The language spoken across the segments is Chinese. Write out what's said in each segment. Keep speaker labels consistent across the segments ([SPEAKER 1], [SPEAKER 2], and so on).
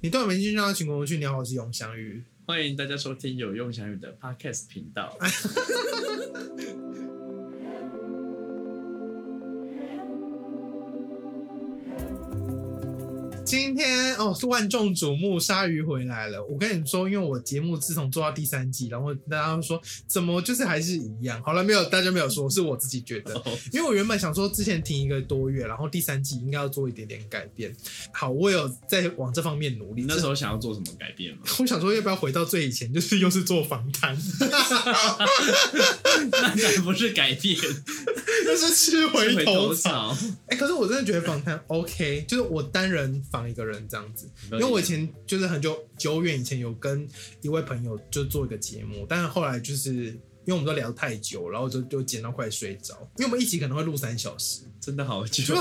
[SPEAKER 1] 你对我没兴趣，那请跟我去。你好，我是永祥宇。
[SPEAKER 2] 欢迎大家收听有用小语的 Podcast 频道。
[SPEAKER 1] 哎今天哦，是万众瞩目，鲨鱼回来了。我跟你说，因为我节目自从做到第三季，然后大家都说怎么就是还是一样。好了，没有大家没有说，是我自己觉得，因为我原本想说之前停一个多月，然后第三季应该要做一点点改变。好，我有在往这方面努力。
[SPEAKER 2] 你那时候想要做什么改变吗？
[SPEAKER 1] 这我想说，要不要回到最以前， 就是又是做访谈，
[SPEAKER 2] 那才不是改变，
[SPEAKER 1] 又是吃
[SPEAKER 2] 是
[SPEAKER 1] 回头
[SPEAKER 2] 头
[SPEAKER 1] 草。
[SPEAKER 2] 草。
[SPEAKER 1] 哎、可是我真的觉得访谈 OK，就是我单人访一个人这样子。因为我以前就是很久久远以前有跟一位朋友就做一个节目，但是后来就是因为我们都聊太久，然后就就剪到快睡着，因为我们一集可能会录三小时，
[SPEAKER 2] 真的好久，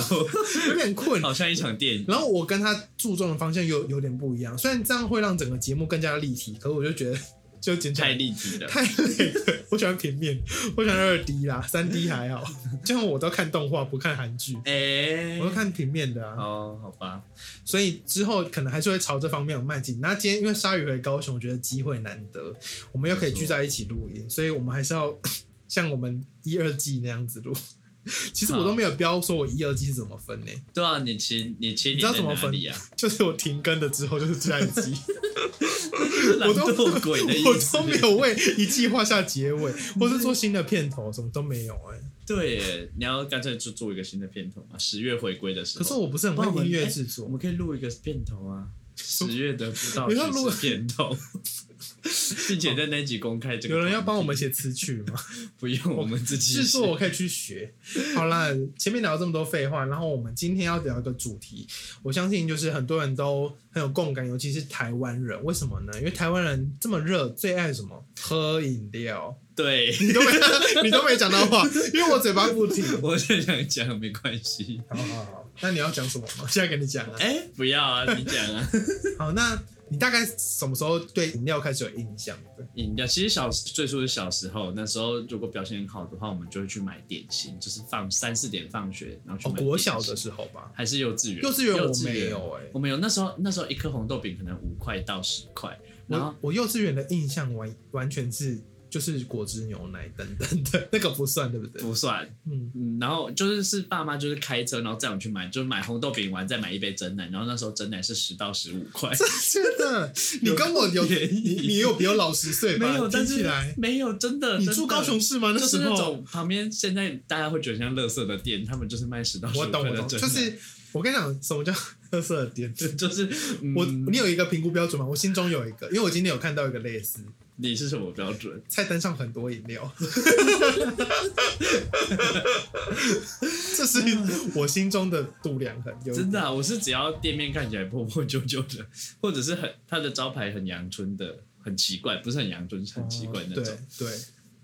[SPEAKER 1] 有点困。
[SPEAKER 2] 好像一场电影。
[SPEAKER 1] 然后我跟他注重的方向有有点不一样，虽然这样会让整个节目更加立体，可是我就觉得就剪起
[SPEAKER 2] 太
[SPEAKER 1] 来
[SPEAKER 2] 立体了，
[SPEAKER 1] 太累了。我喜欢平面，我喜欢二 D 啦，三 D 还好。就像我都看动画，不看韩剧，
[SPEAKER 2] 哎，
[SPEAKER 1] 我都看平面的啊。
[SPEAKER 2] 哦，好吧，
[SPEAKER 1] 所以之后可能还是会朝这方面有迈进。那今天因为鲨鱼回高雄，我觉得机会难得，我们又可以聚在一起录音，所以我们还是要 像我们一二季那样子录。其实我
[SPEAKER 2] 啊
[SPEAKER 1] 都没有标说我一二季是怎么分呢、
[SPEAKER 2] 对啊，你起你起
[SPEAKER 1] 你
[SPEAKER 2] 点
[SPEAKER 1] 知道
[SPEAKER 2] 在
[SPEAKER 1] 怎么
[SPEAKER 2] 哪
[SPEAKER 1] 分
[SPEAKER 2] 里啊？
[SPEAKER 1] 就是我停更了之后就是下一 季，
[SPEAKER 2] 懒
[SPEAKER 1] 我都
[SPEAKER 2] 惰鬼的
[SPEAKER 1] 我
[SPEAKER 2] 意思
[SPEAKER 1] 都。没有为一季画下结尾，或是做新的片头，什么都没有哎、
[SPEAKER 2] 对耶，你要干脆就做一个新的片头嘛，十月回归的时候。
[SPEAKER 1] 可是我不是很会音乐制
[SPEAKER 2] 我
[SPEAKER 1] 作，
[SPEAKER 2] 们可以录一个片头啊，十月的不到
[SPEAKER 1] 你说录
[SPEAKER 2] 十片 头，并且在那一集公开这个。
[SPEAKER 1] 有人要帮我们写词曲吗？
[SPEAKER 2] 不用，我们 自己
[SPEAKER 1] 制作我可以去 学。好啦，前面聊这么多废话，然后我们今天要聊一个主题，我相信就是很多人都很有共感，尤其是台湾人。为什么呢？因为台湾人这么热，最爱什么？喝饮 料。
[SPEAKER 2] 对，
[SPEAKER 1] 你都没你都没讲到 话，因为我嘴巴不 停。
[SPEAKER 2] 我就想讲，没关 系。
[SPEAKER 1] 好好好，那你要讲什么吗？现在给你讲 啊。
[SPEAKER 2] 哎、不要啊，你讲啊。
[SPEAKER 1] 好，那你大概什么时候对饮料开始有印象的？
[SPEAKER 2] 饮料其实小最初是小时候，那时候如果表现很好的话，我们就会去买点心，就是放三四点放学，然后去
[SPEAKER 1] 哦，
[SPEAKER 2] 买、
[SPEAKER 1] 国小的时候吧，
[SPEAKER 2] 还是幼稚园？
[SPEAKER 1] 幼稚园我
[SPEAKER 2] 稚
[SPEAKER 1] 没
[SPEAKER 2] 园
[SPEAKER 1] 有哎、
[SPEAKER 2] 我们有那时候那时候一颗红豆饼可能五块到十块，然后
[SPEAKER 1] 我我幼稚园的印象完完全是就是果汁牛奶等等的，那个不算对不对？
[SPEAKER 2] 不算，
[SPEAKER 1] 嗯，
[SPEAKER 2] 嗯，然后就是是爸妈就是开车，然后载我们去买，就是买红豆饼完再买一杯真奶，然后那时候真奶是十到十五块，
[SPEAKER 1] 真的，你跟我有
[SPEAKER 2] 有
[SPEAKER 1] 你你有比我老十岁吧？
[SPEAKER 2] 没有，
[SPEAKER 1] 听
[SPEAKER 2] 但
[SPEAKER 1] 起
[SPEAKER 2] 是
[SPEAKER 1] 来
[SPEAKER 2] 没有真的，
[SPEAKER 1] 你
[SPEAKER 2] 真
[SPEAKER 1] 住
[SPEAKER 2] 的
[SPEAKER 1] 高雄市吗？
[SPEAKER 2] 就是
[SPEAKER 1] 时
[SPEAKER 2] 那
[SPEAKER 1] 候
[SPEAKER 2] 种旁边现在大家会觉得像垃圾的店，他们就是卖十到十
[SPEAKER 1] 我
[SPEAKER 2] 五
[SPEAKER 1] 懂
[SPEAKER 2] 块
[SPEAKER 1] 我
[SPEAKER 2] 的
[SPEAKER 1] 懂，
[SPEAKER 2] 真
[SPEAKER 1] 就
[SPEAKER 2] 奶，
[SPEAKER 1] 是我跟你讲什么叫 特色的点。
[SPEAKER 2] 就是、嗯、
[SPEAKER 1] 我你有一个评估标准吗？我心中有一个，因为我今天有看到一个类似
[SPEAKER 2] 你是什么标准？
[SPEAKER 1] 菜单上很多饮 料， 这是我心中的度量衡。有
[SPEAKER 2] 真的、啊，我是只要店面看起来破破旧旧的，或者是很它的招牌很阳春的，很奇怪，不是很阳春，是很奇怪的那种。
[SPEAKER 1] 哦对对，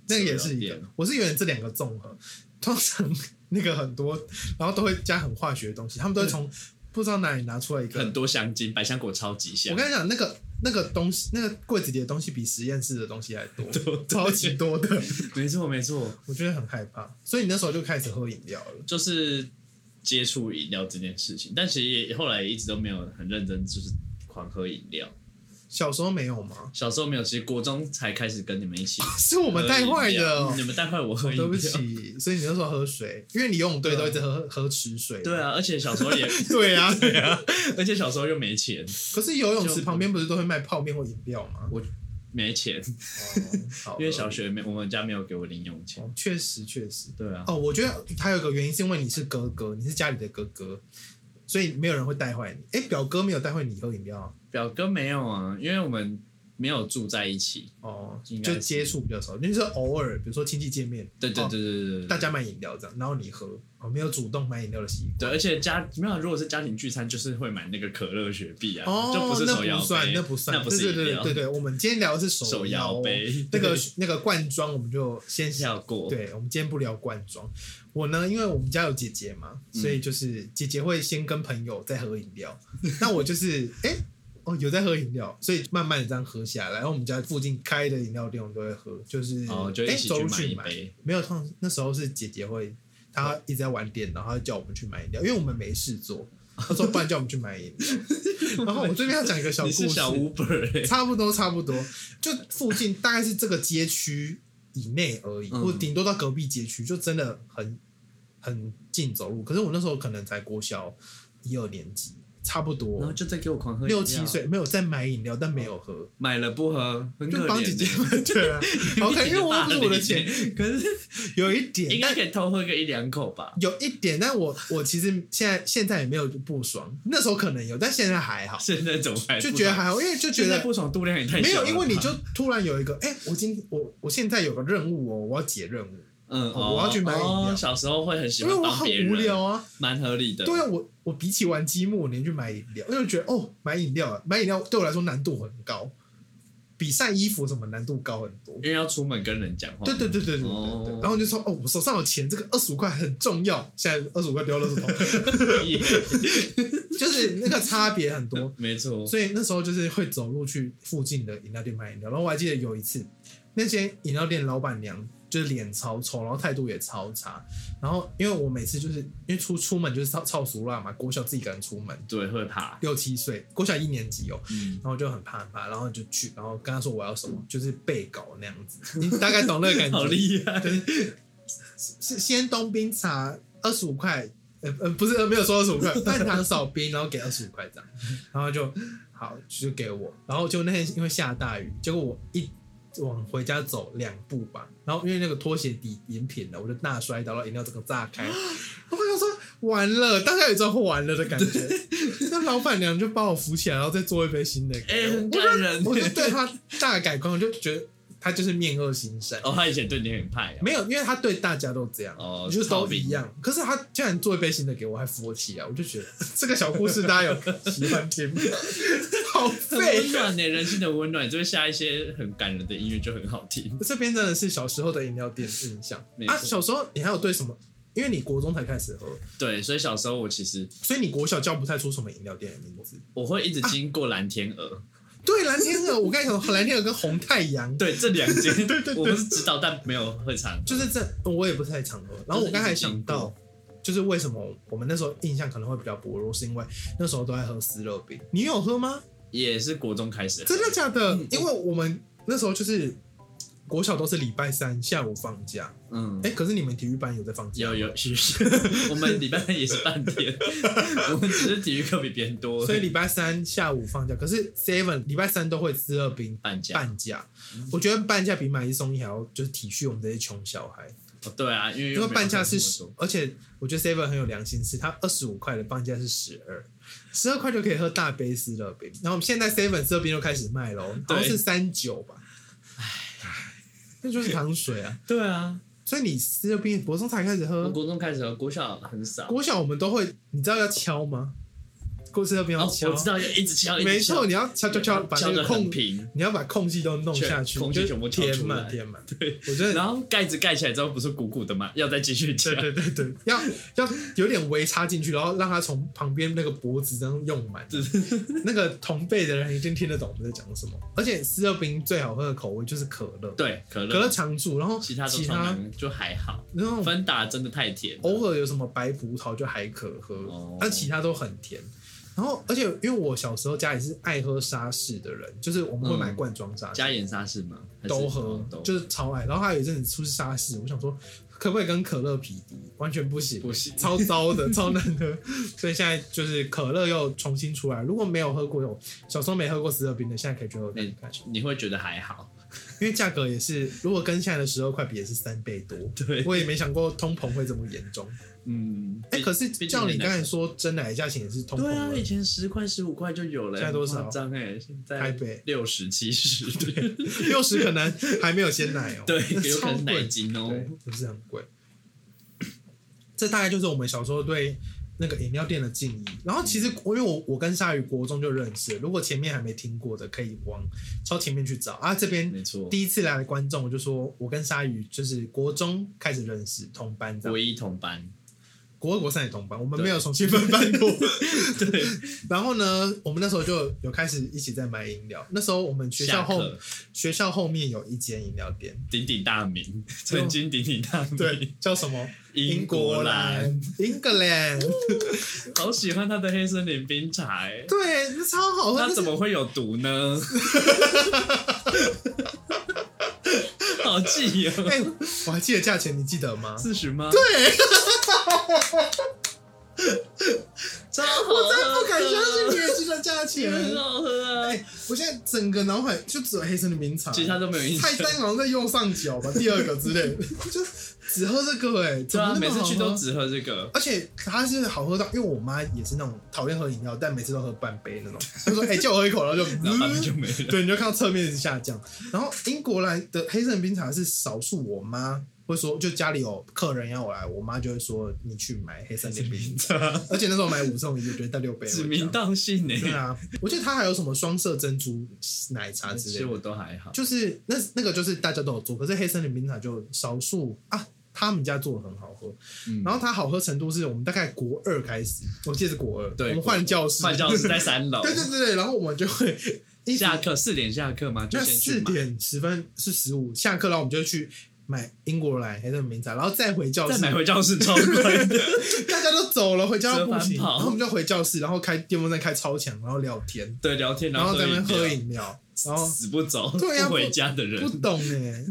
[SPEAKER 1] 那个也是一
[SPEAKER 2] 塑料
[SPEAKER 1] 个
[SPEAKER 2] 店，
[SPEAKER 1] 我是有点这两个综合。通常那个很多，然后都会加很化学的东西，他们都会从不知道哪里拿出来一个。
[SPEAKER 2] 嗯很多香精，百香果超级香
[SPEAKER 1] 我。跟你讲，那个那个东西，那个柜子里的东西比实验室的东西还 多，
[SPEAKER 2] 对
[SPEAKER 1] 超级多的，
[SPEAKER 2] 没错没错，
[SPEAKER 1] 我觉得很害怕。所以你那时候就开始喝饮料了。
[SPEAKER 2] 就是接触饮料这件事情，但其实也后来也一直都没有很认真，就是狂喝饮料。
[SPEAKER 1] 小时候没有吗？
[SPEAKER 2] 小时候没有，其实国中才开始跟你们一起喝饮料。
[SPEAKER 1] 是我们带坏的哦
[SPEAKER 2] 嗯，你们带坏我喝饮
[SPEAKER 1] 对
[SPEAKER 2] 料。
[SPEAKER 1] 不起。所以你那时候喝水，因为你游泳队都一直喝喝池水。
[SPEAKER 2] 对啊，而且小 时候也，
[SPEAKER 1] 对 啊，
[SPEAKER 2] 而且小时候又没钱，
[SPEAKER 1] 可是游泳池旁边不是都会卖泡面或饮料吗？
[SPEAKER 2] 没钱，
[SPEAKER 1] 哦
[SPEAKER 2] 因为小学没我们家没有给我零用钱。
[SPEAKER 1] 哦，确实确实。
[SPEAKER 2] 对啊，
[SPEAKER 1] 哦，我觉得还有一个原因是因为你是哥哥，你是家里的哥哥，所以没有人会带坏你。哎、表哥没有带坏你喝饮料啊
[SPEAKER 2] 表哥没有啊，因为我们没有住在一起。
[SPEAKER 1] 哦，
[SPEAKER 2] 应该
[SPEAKER 1] 就是接触比较少，就是偶尔，比如说亲戚见面，
[SPEAKER 2] 对对
[SPEAKER 1] 哦
[SPEAKER 2] 对对对对，
[SPEAKER 1] 大家买饮料这样，然后你喝，哦，没有主动买饮料的习
[SPEAKER 2] 对，而且家没有，啊如果是家庭聚餐，就是会买那个可乐雪碧啊，
[SPEAKER 1] 惯。哦，
[SPEAKER 2] 就不是手
[SPEAKER 1] 那
[SPEAKER 2] 摇
[SPEAKER 1] 不算，
[SPEAKER 2] 杯，
[SPEAKER 1] 那不算，
[SPEAKER 2] 那不
[SPEAKER 1] 对对
[SPEAKER 2] 是饮
[SPEAKER 1] 对
[SPEAKER 2] 料
[SPEAKER 1] 对对，我们今天聊的是手
[SPEAKER 2] 手摇
[SPEAKER 1] 摇
[SPEAKER 2] 杯
[SPEAKER 1] 那个
[SPEAKER 2] 对
[SPEAKER 1] 那个罐装，我们就 先
[SPEAKER 2] 跳过。
[SPEAKER 1] 对，我们今天不聊罐装。我呢，因为我们家有姐姐嘛，
[SPEAKER 2] 嗯
[SPEAKER 1] 所以就是姐姐会先跟朋友在喝饮料，那我就是哎、诶哦有在喝饮料，所以慢慢的这样喝下来。然后我们家附近开的饮料店我都会喝，就是
[SPEAKER 2] 哦，就一
[SPEAKER 1] 诶
[SPEAKER 2] 起
[SPEAKER 1] 走
[SPEAKER 2] 去
[SPEAKER 1] 路
[SPEAKER 2] 买
[SPEAKER 1] 去
[SPEAKER 2] 一
[SPEAKER 1] 买。
[SPEAKER 2] 杯。
[SPEAKER 1] 没有，通常那时候是姐姐会，她一直在玩电脑，她会叫我们去买饮料，因为我们没事做，他说不然叫我们去买饮 料。然后我这边要讲一个小故
[SPEAKER 2] 你
[SPEAKER 1] 事，
[SPEAKER 2] 是小 Uber 哎、
[SPEAKER 1] 差不多差不多，就附近大概是这个街区以内而已，
[SPEAKER 2] 嗯
[SPEAKER 1] 或顶多到隔壁街区，就真的很很近走路。可是我那时候可能才国小一二年级，差不
[SPEAKER 2] 然后
[SPEAKER 1] 多
[SPEAKER 2] 就在给我狂喝饮料哦
[SPEAKER 1] 六七，岁，没有在买饮料，但没有喝，
[SPEAKER 2] 买了不喝，很
[SPEAKER 1] 就
[SPEAKER 2] 可
[SPEAKER 1] 帮姐姐
[SPEAKER 2] 怜、欸。
[SPEAKER 1] 们对啊，好可能因为我又不是我的钱，
[SPEAKER 2] 可是
[SPEAKER 1] 有一
[SPEAKER 2] 应
[SPEAKER 1] 点，
[SPEAKER 2] 该
[SPEAKER 1] 但
[SPEAKER 2] 可以偷喝个一两口吧？
[SPEAKER 1] 有一点，但我我其实现在现在也没有不爽，那时候可能有，但现在还好，
[SPEAKER 2] 现在怎么还
[SPEAKER 1] 就
[SPEAKER 2] 不
[SPEAKER 1] 觉得
[SPEAKER 2] 爽
[SPEAKER 1] 还好，因为就觉
[SPEAKER 2] 现
[SPEAKER 1] 得
[SPEAKER 2] 在不爽度量也太
[SPEAKER 1] 没
[SPEAKER 2] 小
[SPEAKER 1] 有，
[SPEAKER 2] 了
[SPEAKER 1] 因为你
[SPEAKER 2] 吧
[SPEAKER 1] 就突然有一个，哎、我今我我现在有个任务哦，我要解任务，
[SPEAKER 2] 嗯，
[SPEAKER 1] 哦我要去买饮料
[SPEAKER 2] 哦小时候会很喜
[SPEAKER 1] 因为
[SPEAKER 2] 欢
[SPEAKER 1] 我
[SPEAKER 2] 帮
[SPEAKER 1] 很
[SPEAKER 2] 别人，
[SPEAKER 1] 无聊啊。
[SPEAKER 2] 蛮合理的。
[SPEAKER 1] 对啊，我我比起玩积木，我连去买饮料，因为我觉得哦，买饮料啊，买饮料对我来说难度很高，比晒衣服什么难度高很多。
[SPEAKER 2] 因为要出门跟人讲话。
[SPEAKER 1] 对对对对对对对对
[SPEAKER 2] 哦
[SPEAKER 1] 然后我就说哦，我手上有钱，这个二十五块很重要。现在二十五块丢垃圾 桶，就是那个差别很多。
[SPEAKER 2] 没错。
[SPEAKER 1] 所以那时候就是会走路去附近的饮料店买饮料。然后我还记得有一次，那间饮料店老板娘就是脸超丑，然后态度也超差。然后因为我每次就是因为出出门就是超超俗辣嘛，国小自己一个人出门，
[SPEAKER 2] 对，会怕。
[SPEAKER 1] 六七岁，国小一年级哦。
[SPEAKER 2] 嗯，
[SPEAKER 1] 然后就很怕很怕，然后就去，然后跟他说我要什么，就是背稿那样子，你大概懂那个感
[SPEAKER 2] 好
[SPEAKER 1] 觉。
[SPEAKER 2] 厉害。
[SPEAKER 1] 是先冬冰茶二十五块，呃呃，不是呃没有说二十五块， 半糖少冰，然后给二十五块 这样，然后就好就给我，然后就那天因为下大雨，结果我一往回家走两步吧，然后因为那个拖鞋底饮品了，我就大摔倒，然后饮料整个炸 开，我想说完了，大家也知道完了的感觉， 那老板娘就把我扶起来，然后再做一杯新的
[SPEAKER 2] 哎、
[SPEAKER 1] 给我，
[SPEAKER 2] 很感人。
[SPEAKER 1] 我就对她大改观，我就觉得她就是面恶心 善。
[SPEAKER 2] 哦，他以前对你很怕呀。
[SPEAKER 1] 没有，因为他对大家都这样，
[SPEAKER 2] 哦
[SPEAKER 1] 就是
[SPEAKER 2] 操
[SPEAKER 1] 都
[SPEAKER 2] 饼
[SPEAKER 1] 一样。可是他竟然做一杯新的给我，还扶我起来，我就觉得 这个小故事大家有喜欢听吗？好
[SPEAKER 2] 很温
[SPEAKER 1] 废。啊
[SPEAKER 2] 暖呢、人性的温暖，就会下一些很感人的音乐就很好听。
[SPEAKER 1] 这边真的是小时候的饮料店印象
[SPEAKER 2] 没错
[SPEAKER 1] 啊！小时候你还有对什么？因为你国中才开始喝，
[SPEAKER 2] 对，所以小时候我其实
[SPEAKER 1] 所以你国小叫不太出什么饮料店的名字。
[SPEAKER 2] 我会一直
[SPEAKER 1] 啊
[SPEAKER 2] 经过蓝天鹅，
[SPEAKER 1] 对，蓝天鹅，我刚才想说蓝天鹅跟红太阳，
[SPEAKER 2] 对这两间，对对我不是知道，但没有会唱，
[SPEAKER 1] 就是这我也不太常喝。然后我刚才想到，就是为什么我们那时候印象可能会比较薄弱，是因为那时候都在喝思乐冰。你有喝吗？
[SPEAKER 2] 也是国中开始，
[SPEAKER 1] 真的假的？
[SPEAKER 2] 嗯
[SPEAKER 1] 因为我们那时候就是国小都是礼拜三下午放假，
[SPEAKER 2] 嗯，
[SPEAKER 1] 哎、可是你们体育班有在放假？
[SPEAKER 2] 有 有是是， 我们礼拜天也是半天， 我们只是体育课比别人多，
[SPEAKER 1] 所以礼拜三下午放假，可是 Seven 礼拜三都会吃二冰
[SPEAKER 2] 半价。嗯
[SPEAKER 1] 半价，我觉得半价比买一送一还要就是体恤我们这些穷小孩，
[SPEAKER 2] 哦对啊，因为
[SPEAKER 1] 因为半价是
[SPEAKER 2] 十
[SPEAKER 1] 十，，而且我觉得 Seven 很有良心，是它二十五块的半价是十二，十二块就可以喝大杯斯乐冰，然后我们现在 Seven 斯乐冰都开始卖喽，好像
[SPEAKER 2] 对
[SPEAKER 1] 是三九吧，唉，那就是糖水啊。
[SPEAKER 2] 对啊，
[SPEAKER 1] 所以你吃热冰国中才开始
[SPEAKER 2] 我
[SPEAKER 1] 喝，
[SPEAKER 2] 国中开始，国小很少，
[SPEAKER 1] 国小我们都会，你知道要敲吗？过吃热冰
[SPEAKER 2] 哦
[SPEAKER 1] 要
[SPEAKER 2] 我
[SPEAKER 1] 敲，
[SPEAKER 2] 知道要一直敲，一直
[SPEAKER 1] 没
[SPEAKER 2] 敲
[SPEAKER 1] 错，，你要敲敲敲，把那
[SPEAKER 2] 敲
[SPEAKER 1] 个
[SPEAKER 2] 的
[SPEAKER 1] 空
[SPEAKER 2] 很，平，
[SPEAKER 1] 你要把空隙都弄下去，
[SPEAKER 2] 全空隙
[SPEAKER 1] 就
[SPEAKER 2] 全部敲
[SPEAKER 1] 填
[SPEAKER 2] 出来
[SPEAKER 1] 满填满。对，我觉得
[SPEAKER 2] 然后盖子盖起来之后不是鼓鼓的嘛，要再继续敲
[SPEAKER 1] 对，对对对，要要有点微插进去，然后让它从旁边那个脖子这样用满。那个同辈的人一定听得懂我们在讲什么。而且湿热冰最好喝的口味就是可乐，
[SPEAKER 2] 对，可
[SPEAKER 1] 可乐
[SPEAKER 2] 乐，
[SPEAKER 1] 常驻，然后
[SPEAKER 2] 其他都
[SPEAKER 1] 其
[SPEAKER 2] 超
[SPEAKER 1] 他哦
[SPEAKER 2] 难，就还好，
[SPEAKER 1] 那种
[SPEAKER 2] 芬达真的太甜了，
[SPEAKER 1] 偶尔有什么白葡萄就还可喝
[SPEAKER 2] 哦，
[SPEAKER 1] 但其他都很甜。然后，而且因为我小时候家里是爱喝沙士的人，就是我们会买
[SPEAKER 2] 嗯
[SPEAKER 1] 罐装沙士，
[SPEAKER 2] 加盐沙士吗？还是
[SPEAKER 1] 都喝
[SPEAKER 2] 哦，都
[SPEAKER 1] 就是超爱。然后还有一阵子出沙士，我想说可不可以跟可乐匹敌，完全不行，
[SPEAKER 2] 不行
[SPEAKER 1] 超糟 的，超难喝。所以现在就是可乐又重新出来，如果没有喝过，有小时候没喝过十二冰的，现在可以去喝看
[SPEAKER 2] 你
[SPEAKER 1] 看，
[SPEAKER 2] 你会觉得还好，
[SPEAKER 1] 因为价格也是，如果跟现在的十二块比，也是三倍多。
[SPEAKER 2] 对，
[SPEAKER 1] 我也没想过通膨会这么严重。
[SPEAKER 2] 嗯，
[SPEAKER 1] 哎、可是
[SPEAKER 2] 毕
[SPEAKER 1] 照你
[SPEAKER 2] 毕竟很难
[SPEAKER 1] 刚才说，真奶价钱也是通膨
[SPEAKER 2] 对啊，以
[SPEAKER 1] 的。
[SPEAKER 2] 前十块十五块就有了，
[SPEAKER 1] 现在多少
[SPEAKER 2] 很夸张哎，现
[SPEAKER 1] 台
[SPEAKER 2] 在
[SPEAKER 1] 北
[SPEAKER 2] 六十七十，对
[SPEAKER 1] 六十可能还没有鲜奶哦、那
[SPEAKER 2] 对，有可
[SPEAKER 1] 超
[SPEAKER 2] 能奶
[SPEAKER 1] 贵，
[SPEAKER 2] 精哦，
[SPEAKER 1] 对，不是很贵。这大概就是我们小时候对那个饮料店的敬意。然后
[SPEAKER 2] 嗯
[SPEAKER 1] 其实我因为我我跟鲨鱼国中就认识了，如果前面还没听过的，可以往超前面去找啊。这边
[SPEAKER 2] 没错，
[SPEAKER 1] 第一次来的观众，我就说我跟鲨鱼就是国中开始认识，同班的。
[SPEAKER 2] 唯一同班，
[SPEAKER 1] 国二国三也同班，我们
[SPEAKER 2] 对
[SPEAKER 1] 没有重新分班 过。
[SPEAKER 2] 对，
[SPEAKER 1] 然后呢，我们那时候就有开始一起在买饮料。那时候我们学校
[SPEAKER 2] 下
[SPEAKER 1] 后
[SPEAKER 2] 课
[SPEAKER 1] 学校后面有一间饮料 店，
[SPEAKER 2] 鼎鼎大名，曾经鼎鼎大名，
[SPEAKER 1] 对，叫什么
[SPEAKER 2] 英国兰，
[SPEAKER 1] （England）。
[SPEAKER 2] 好喜欢他的黑森林冰茶、欸，
[SPEAKER 1] 对，那超好喝。
[SPEAKER 2] 他
[SPEAKER 1] 那
[SPEAKER 2] 怎
[SPEAKER 1] 是
[SPEAKER 2] 么会有毒呢？ 好记哦，
[SPEAKER 1] 哎、我还记得价钱，你记得吗？
[SPEAKER 2] 四十吗？啊对， 超啊好喝，啊
[SPEAKER 1] 我真的不敢相信你也记得价
[SPEAKER 2] 也很
[SPEAKER 1] 钱。
[SPEAKER 2] 好喝啊！
[SPEAKER 1] 哎、我现在整个脑海就只有黑森林冰茶，
[SPEAKER 2] 其他都没有印象
[SPEAKER 1] 菜。单好像在右上角吧，第二个之类的， 就只喝这个哎、
[SPEAKER 2] 对
[SPEAKER 1] 怎
[SPEAKER 2] 啊
[SPEAKER 1] 么，那
[SPEAKER 2] 每
[SPEAKER 1] 么
[SPEAKER 2] 次
[SPEAKER 1] 好
[SPEAKER 2] 去都
[SPEAKER 1] 喝？
[SPEAKER 2] 只喝这个，
[SPEAKER 1] 而且它是好喝到，因为我妈也是那种讨厌喝饮料，但每次都喝半杯 那种。她说：“哎、借我喝一口。”然后就，
[SPEAKER 2] 然后他们
[SPEAKER 1] 嗯
[SPEAKER 2] 就没了。
[SPEAKER 1] 对，你就看到侧面一直下降。然后英国来的黑森林冰茶是少数，我妈会说，就家里有客人要我来，我妈就会说你去买黑森林冰 茶。而且那时候买五送一，就觉得带六杯回家。
[SPEAKER 2] 指名道姓欸呢、
[SPEAKER 1] 对啊，我记得它还有什么双色珍珠奶茶之
[SPEAKER 2] 其
[SPEAKER 1] 类
[SPEAKER 2] 实
[SPEAKER 1] 的，
[SPEAKER 2] 我都还好。
[SPEAKER 1] 就是那那个就是大家都有做，可是黑森林冰茶就少数啊。他们家做的很好喝，
[SPEAKER 2] 嗯
[SPEAKER 1] 然后它好喝程度是我们大概国二开始，我记得是国二，
[SPEAKER 2] 对
[SPEAKER 1] 我们换教室，
[SPEAKER 2] 换教室在三楼，
[SPEAKER 1] 对对对对，然后我们就会一直
[SPEAKER 2] 下课四点下课吗？就
[SPEAKER 1] 那
[SPEAKER 2] 先去
[SPEAKER 1] 四
[SPEAKER 2] 买，
[SPEAKER 1] 点十分是十五下课，然后我们就去买英国来黑森林冰茶，然后再回教
[SPEAKER 2] 再
[SPEAKER 1] 室，
[SPEAKER 2] 买回教室超贵 的。
[SPEAKER 1] 大家都走了，回家都不行，
[SPEAKER 2] 折返跑
[SPEAKER 1] 然后我们就回教室，然后开电风扇开超强，然后聊天，
[SPEAKER 2] 对，聊天
[SPEAKER 1] 然后在那边喝
[SPEAKER 2] 喝
[SPEAKER 1] 饮料，然后
[SPEAKER 2] 死不走，
[SPEAKER 1] 对啊
[SPEAKER 2] 不回家的人
[SPEAKER 1] 不，懂 哎、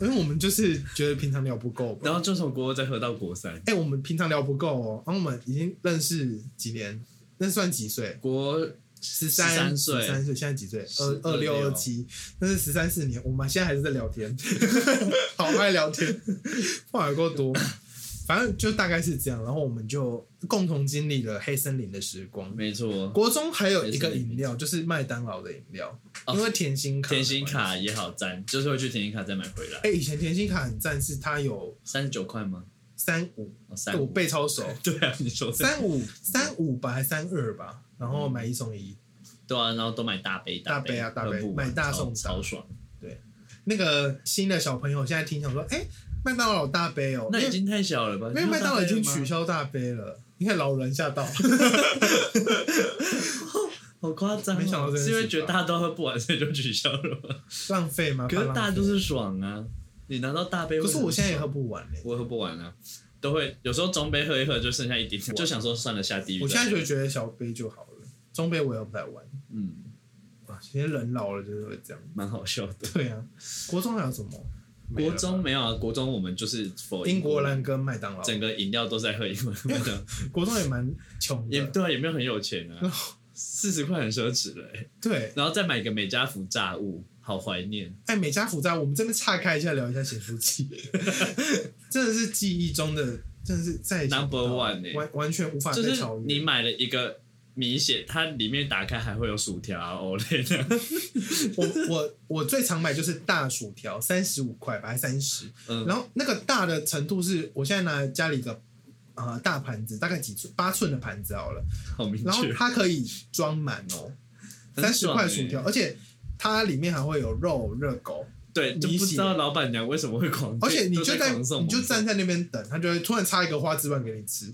[SPEAKER 1] 因为我们就是觉得平常聊不够吧
[SPEAKER 2] 然。后就从国二再喝到国三，
[SPEAKER 1] 哎、我们平常聊不够哦，然后我们已经认识几年，那算几岁？
[SPEAKER 2] 国
[SPEAKER 1] 十三
[SPEAKER 2] 13岁
[SPEAKER 1] 十三岁，现在几岁？
[SPEAKER 2] 十
[SPEAKER 1] 二二六
[SPEAKER 2] 26
[SPEAKER 1] 二七，那是十三四年，我们现在还是在聊天， 好爱聊天，话有够多。反正就大概是这样，然后我们就共同经历了黑森林的时光。
[SPEAKER 2] 没错，
[SPEAKER 1] 国中还有一个饮料，就是麦当劳的饮料，
[SPEAKER 2] 哦
[SPEAKER 1] 因为甜心卡。
[SPEAKER 2] 甜心。卡也好沾，就是会去甜心卡再买回来，
[SPEAKER 1] 哎、以前甜心卡很赞，是它有
[SPEAKER 2] 三十九块吗？
[SPEAKER 1] 三五，
[SPEAKER 2] 哦，三
[SPEAKER 1] 我
[SPEAKER 2] 五，
[SPEAKER 1] 背超熟，
[SPEAKER 2] 对啊，你说的
[SPEAKER 1] 三五三五吧，还三二吧，然后买一送一。
[SPEAKER 2] 对啊，然后都买大杯
[SPEAKER 1] 大杯
[SPEAKER 2] 杯
[SPEAKER 1] 啊大杯
[SPEAKER 2] 喝不完
[SPEAKER 1] 买大送大
[SPEAKER 2] 超超爽，
[SPEAKER 1] 那个新的小朋友现在听想说，哎、麦当劳有大杯哦、
[SPEAKER 2] 那
[SPEAKER 1] 因
[SPEAKER 2] 已
[SPEAKER 1] 为
[SPEAKER 2] 经太小了吧？
[SPEAKER 1] 因为麦当劳已经取
[SPEAKER 2] 消，
[SPEAKER 1] 消大杯了。你看老人吓到，
[SPEAKER 2] 好夸张哦，
[SPEAKER 1] 没想到这件事
[SPEAKER 2] 是因为觉得
[SPEAKER 1] 吧
[SPEAKER 2] 大家都喝不完，所以就取消了吗？
[SPEAKER 1] 浪费吗？
[SPEAKER 2] 可
[SPEAKER 1] 怕
[SPEAKER 2] 是
[SPEAKER 1] 浪
[SPEAKER 2] 大家
[SPEAKER 1] 费
[SPEAKER 2] 都，是爽啊，你拿到大杯，
[SPEAKER 1] 可是我现在也喝
[SPEAKER 2] 不，
[SPEAKER 1] 不完嘞、欸
[SPEAKER 2] 我喝不完啊，都会有时候中杯喝一喝就剩下一点点，就想说算了下地狱。
[SPEAKER 1] 我现在就觉得小杯就好了，中杯我也喝不太完。
[SPEAKER 2] 嗯，
[SPEAKER 1] 啊，其实人老了就是会这样。
[SPEAKER 2] 蛮好笑的。
[SPEAKER 1] 对啊，国中还有什么？
[SPEAKER 2] 国
[SPEAKER 1] 没
[SPEAKER 2] 中
[SPEAKER 1] 了
[SPEAKER 2] 没有啊，国中我们就是否
[SPEAKER 1] 吧英国，人跟麦当劳，
[SPEAKER 2] 整个饮料都在喝英国 人，
[SPEAKER 1] 国中也蛮穷
[SPEAKER 2] 也
[SPEAKER 1] 的。哦
[SPEAKER 2] 对啊，也没有很有钱啊，四十块很奢侈了欸、
[SPEAKER 1] 对，
[SPEAKER 2] 然后再买一个美加福炸物，好怀念。
[SPEAKER 1] 哎，美加福在我们这边岔开一下聊一下咸酥鸡， 真的是记忆中的，真的是在
[SPEAKER 2] Number one 欸
[SPEAKER 1] 完完全无法
[SPEAKER 2] 就
[SPEAKER 1] 再
[SPEAKER 2] 是
[SPEAKER 1] 超越。
[SPEAKER 2] 你买了一个米血，它里面打开还会有薯条啊、欧类的，
[SPEAKER 1] 我我我最常买就是大薯条，三十五块吧，还三十。
[SPEAKER 2] 嗯，
[SPEAKER 1] 然后那个大的程度是，我现在拿家里一个呃大盘子，大概几寸八寸的盘子好了，
[SPEAKER 2] 好明
[SPEAKER 1] 然后
[SPEAKER 2] 确，
[SPEAKER 1] 它可以装满哦，三
[SPEAKER 2] 很
[SPEAKER 1] 十
[SPEAKER 2] 爽
[SPEAKER 1] 块
[SPEAKER 2] 欸
[SPEAKER 1] 薯条，而且它里面还会有肉、热狗，
[SPEAKER 2] 对，就
[SPEAKER 1] 米
[SPEAKER 2] 不
[SPEAKER 1] 血
[SPEAKER 2] 知道老板娘为什么会狂，
[SPEAKER 1] 而且你
[SPEAKER 2] 都
[SPEAKER 1] 就
[SPEAKER 2] 在
[SPEAKER 1] 在
[SPEAKER 2] 狂送
[SPEAKER 1] 你就
[SPEAKER 2] 猛送
[SPEAKER 1] 站在那边等，他就会突然插一个花枝丸给你吃。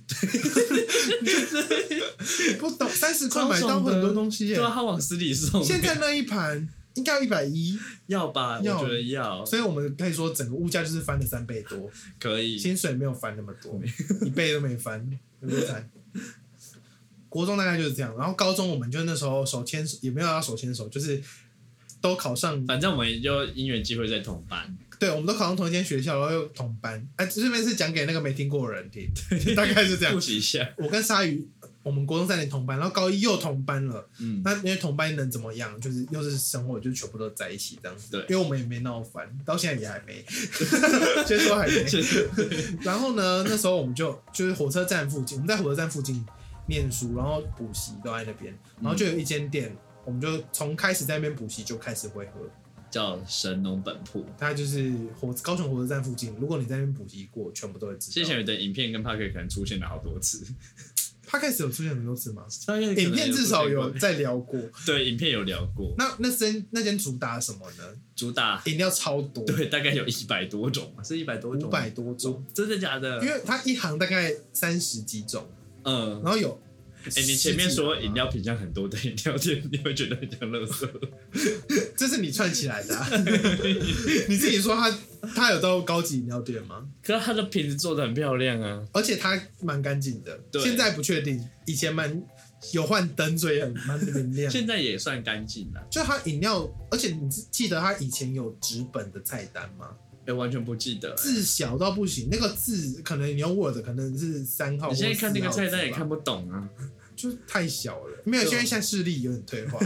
[SPEAKER 1] 你不懂，三十块买到很多东西耶
[SPEAKER 2] 对。啊，啊他往死里送，欸
[SPEAKER 1] 现在那一盘应该要一百一，
[SPEAKER 2] 要吧？我
[SPEAKER 1] 要
[SPEAKER 2] 觉得要，
[SPEAKER 1] 所以我们可以说整个物价就是翻了三倍多，
[SPEAKER 2] 可以。
[SPEAKER 1] 薪水没有翻那么多，一倍都没翻，有多惨？国中大概就是这样，然后高中我们就那时候手牵手，也没有要手牵手，就是都考上
[SPEAKER 2] 反正我们就因缘机会在同班，
[SPEAKER 1] 对，我们都考上同一间学校，然后又同班。哎、这边是讲给那个没听过的人听， 大概是这样
[SPEAKER 2] 复。习 一下。
[SPEAKER 1] 我跟鲨鱼，我们国中三年同班，然后高一又同班了。
[SPEAKER 2] 嗯，
[SPEAKER 1] 那因为同班能怎么样？就是又是生活，就全部都在一起这样子。
[SPEAKER 2] 对
[SPEAKER 1] 因为我们也没闹翻，到现在也还 没，先说还没。
[SPEAKER 2] 就是
[SPEAKER 1] 然后呢，那时候我们就就是火车站附近，我们在火车站附近念书，然后补习都在那边，然后就有一间店，我们就从开始在那边补习就开始会合。
[SPEAKER 2] 叫神农本铺。
[SPEAKER 1] 它就是火高雄火车站附近，如果你在那边补习过，全部都会知道。
[SPEAKER 2] 之前有的影片跟 p a r k e 可能出现了好多次，
[SPEAKER 1] Podcast 有出现很多次吗？
[SPEAKER 2] 商业可能
[SPEAKER 1] 影片至少有
[SPEAKER 2] 出现过
[SPEAKER 1] 在聊过。
[SPEAKER 2] 对影片有聊过，
[SPEAKER 1] 那那间那间主打什么呢？
[SPEAKER 2] 主打
[SPEAKER 1] 饮料超多，
[SPEAKER 2] 对大概有一百多种嘛，是一百多
[SPEAKER 1] 五
[SPEAKER 2] 种，
[SPEAKER 1] 百多种，
[SPEAKER 2] 真的假的？
[SPEAKER 1] 因为它一行大概三十几种，
[SPEAKER 2] 嗯
[SPEAKER 1] 然，后有。
[SPEAKER 2] 哎、你前面说饮，料品相很多的饮料店， 你会觉得很像垃 圾。
[SPEAKER 1] 这是你串起来 的、啊。你自己说它它有到高级饮料店吗？
[SPEAKER 2] 可是它的瓶子做的很漂亮啊，
[SPEAKER 1] 而且它蛮干净的，
[SPEAKER 2] 对
[SPEAKER 1] 现在不确定，以前蛮有换灯，所以很蛮明亮。
[SPEAKER 2] 现在也算干净了。
[SPEAKER 1] 就它饮料，而且你记得它以前有纸本的菜单吗？
[SPEAKER 2] 哎、完全不记得、欸
[SPEAKER 1] 字小到不行，那个字可能你用 Word 可能是三号或
[SPEAKER 2] 你
[SPEAKER 1] 四号字吧。
[SPEAKER 2] 现在看那个菜单也看不懂啊。
[SPEAKER 1] 就是太小了，没有，
[SPEAKER 2] 对
[SPEAKER 1] 现在现在视力有点退 化，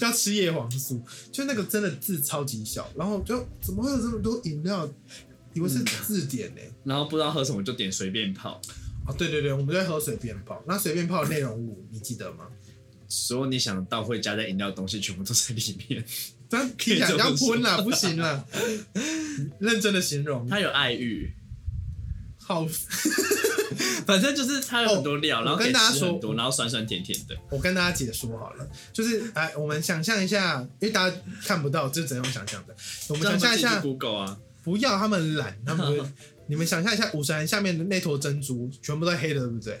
[SPEAKER 1] 要吃叶黄素，就那个真的字超级小，然后就怎么会有这么多饮料？以为是字典呢、
[SPEAKER 2] 然后不知道喝什么就点随便泡，
[SPEAKER 1] 哦，对对对，我们就在喝水便泡，那水便泡的内容物你记得 吗？
[SPEAKER 2] 所有你想到会加在饮料的东西全部都在里 面。
[SPEAKER 1] 但听起来要喷啦，不行啦，认真的形容，
[SPEAKER 2] 它有爱玉，
[SPEAKER 1] 好，
[SPEAKER 2] 反正就是它有很多料，
[SPEAKER 1] 哦
[SPEAKER 2] 然后可以
[SPEAKER 1] 我跟大家
[SPEAKER 2] 吃
[SPEAKER 1] 说
[SPEAKER 2] 很多，然后酸酸甜甜的。
[SPEAKER 1] 我跟大家解说好了，就是哎，我们想象一下，因为大家看不到，就只能用想象的，我
[SPEAKER 2] 我
[SPEAKER 1] 们想象一下
[SPEAKER 2] Google 啊，
[SPEAKER 1] 不要，他们懒，他们 会你们想象一下，五十岚下面的那坨珍珠全部都黑的，对不对？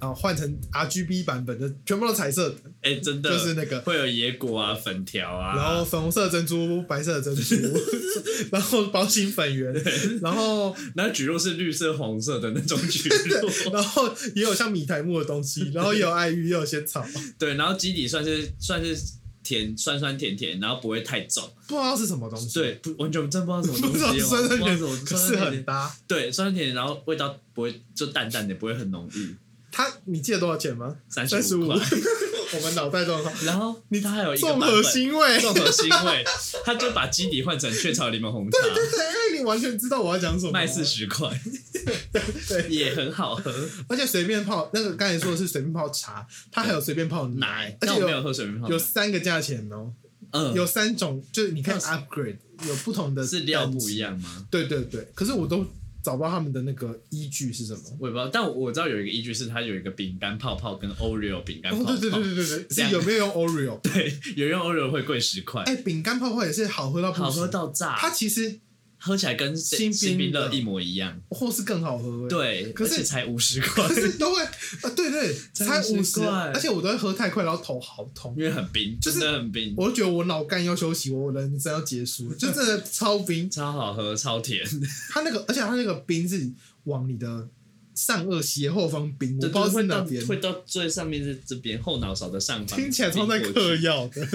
[SPEAKER 1] 然后换成 R G B 版本的，全部都彩色的，
[SPEAKER 2] 哎、真的
[SPEAKER 1] 就是那个，
[SPEAKER 2] 会有野果啊、粉条啊，
[SPEAKER 1] 然后粉红色的珍珠、白色的珍珠， 然后包心粉圆，然后
[SPEAKER 2] 那橘肉是绿色、红色的那种橘肉，
[SPEAKER 1] 然后也有像米苔木的东 西，然后也有爱玉，也有仙草，
[SPEAKER 2] 对，然后基底算是算是甜，酸酸甜甜，然后不会太重，
[SPEAKER 1] 不知道是什么东西，
[SPEAKER 2] 对，不完全真不知道什么
[SPEAKER 1] 不
[SPEAKER 2] 东
[SPEAKER 1] 知道是
[SPEAKER 2] 西哦，
[SPEAKER 1] 酸酸
[SPEAKER 2] 不知道
[SPEAKER 1] 甜
[SPEAKER 2] 什么
[SPEAKER 1] 可
[SPEAKER 2] 酸
[SPEAKER 1] 是
[SPEAKER 2] 酸甜
[SPEAKER 1] 很
[SPEAKER 2] 甜，
[SPEAKER 1] 搭。
[SPEAKER 2] 对，酸酸甜甜，然后味道不会就淡淡的，不会很浓郁，
[SPEAKER 1] 它你记得多少钱吗？
[SPEAKER 2] 三
[SPEAKER 1] 三十
[SPEAKER 2] 五
[SPEAKER 1] 五。
[SPEAKER 2] 块，
[SPEAKER 1] 我们脑袋状况，
[SPEAKER 2] 然后
[SPEAKER 1] 你
[SPEAKER 2] 它还有一个
[SPEAKER 1] 综
[SPEAKER 2] 版
[SPEAKER 1] 合
[SPEAKER 2] 本
[SPEAKER 1] 腥味。
[SPEAKER 2] 综合腥味，它就把基底换成雀巢柠檬红茶，
[SPEAKER 1] 对，哎你完全知道我要讲什么。
[SPEAKER 2] 卖四十块，
[SPEAKER 1] 对
[SPEAKER 2] 也很好喝。
[SPEAKER 1] 而且随便泡那个刚才说的是随便泡茶，它还有随便泡
[SPEAKER 2] 奶
[SPEAKER 1] 奶，，而
[SPEAKER 2] 但
[SPEAKER 1] 且
[SPEAKER 2] 我没有
[SPEAKER 1] 有
[SPEAKER 2] 喝水蜜桃奶，
[SPEAKER 1] 有三个价钱哦，
[SPEAKER 2] 嗯，
[SPEAKER 1] 有三种，就是你可以
[SPEAKER 2] 那
[SPEAKER 1] upgrade，有不同的
[SPEAKER 2] 是料
[SPEAKER 1] 等级
[SPEAKER 2] 不一。样吗？
[SPEAKER 1] 对对对，可是我都找不到他们的那个依据是什么。
[SPEAKER 2] 我也不知道，但我知道有一个依据是它有一个饼干泡泡跟 Oreo 饼干
[SPEAKER 1] 哦
[SPEAKER 2] 泡，泡，
[SPEAKER 1] 对对对对对对，
[SPEAKER 2] 两
[SPEAKER 1] 是
[SPEAKER 2] 个
[SPEAKER 1] 有没有用 Oreo？
[SPEAKER 2] 对，有人用 Oreo 会贵十块，
[SPEAKER 1] 哎，饼干泡泡也是好喝到不行
[SPEAKER 2] 好喝，到炸，
[SPEAKER 1] 它其实
[SPEAKER 2] 喝起来跟
[SPEAKER 1] 新冰
[SPEAKER 2] 新冰乐
[SPEAKER 1] 的
[SPEAKER 2] 一模一样，
[SPEAKER 1] 或是更好喝。哎，
[SPEAKER 2] 对，
[SPEAKER 1] 可是
[SPEAKER 2] 而且才五十块
[SPEAKER 1] 可，是都会啊，对对，才
[SPEAKER 2] 30
[SPEAKER 1] 五十，
[SPEAKER 2] 块
[SPEAKER 1] 而且我都会喝太快，然后头好痛。
[SPEAKER 2] 因为很冰，
[SPEAKER 1] 就是
[SPEAKER 2] 真的很冰，
[SPEAKER 1] 我觉得我脑干要休息，我人生要结束了，就真的超冰。
[SPEAKER 2] 超好喝，超甜，
[SPEAKER 1] 它那个，而且它那个冰是往你的上颚斜后方冰，我不
[SPEAKER 2] 对
[SPEAKER 1] 知道
[SPEAKER 2] 就是会
[SPEAKER 1] 哪
[SPEAKER 2] 到
[SPEAKER 1] 边，
[SPEAKER 2] 会到最上面是这边后脑勺的上 方，
[SPEAKER 1] 听起来超在
[SPEAKER 2] 冰过
[SPEAKER 1] 嗑
[SPEAKER 2] 去，
[SPEAKER 1] 药的。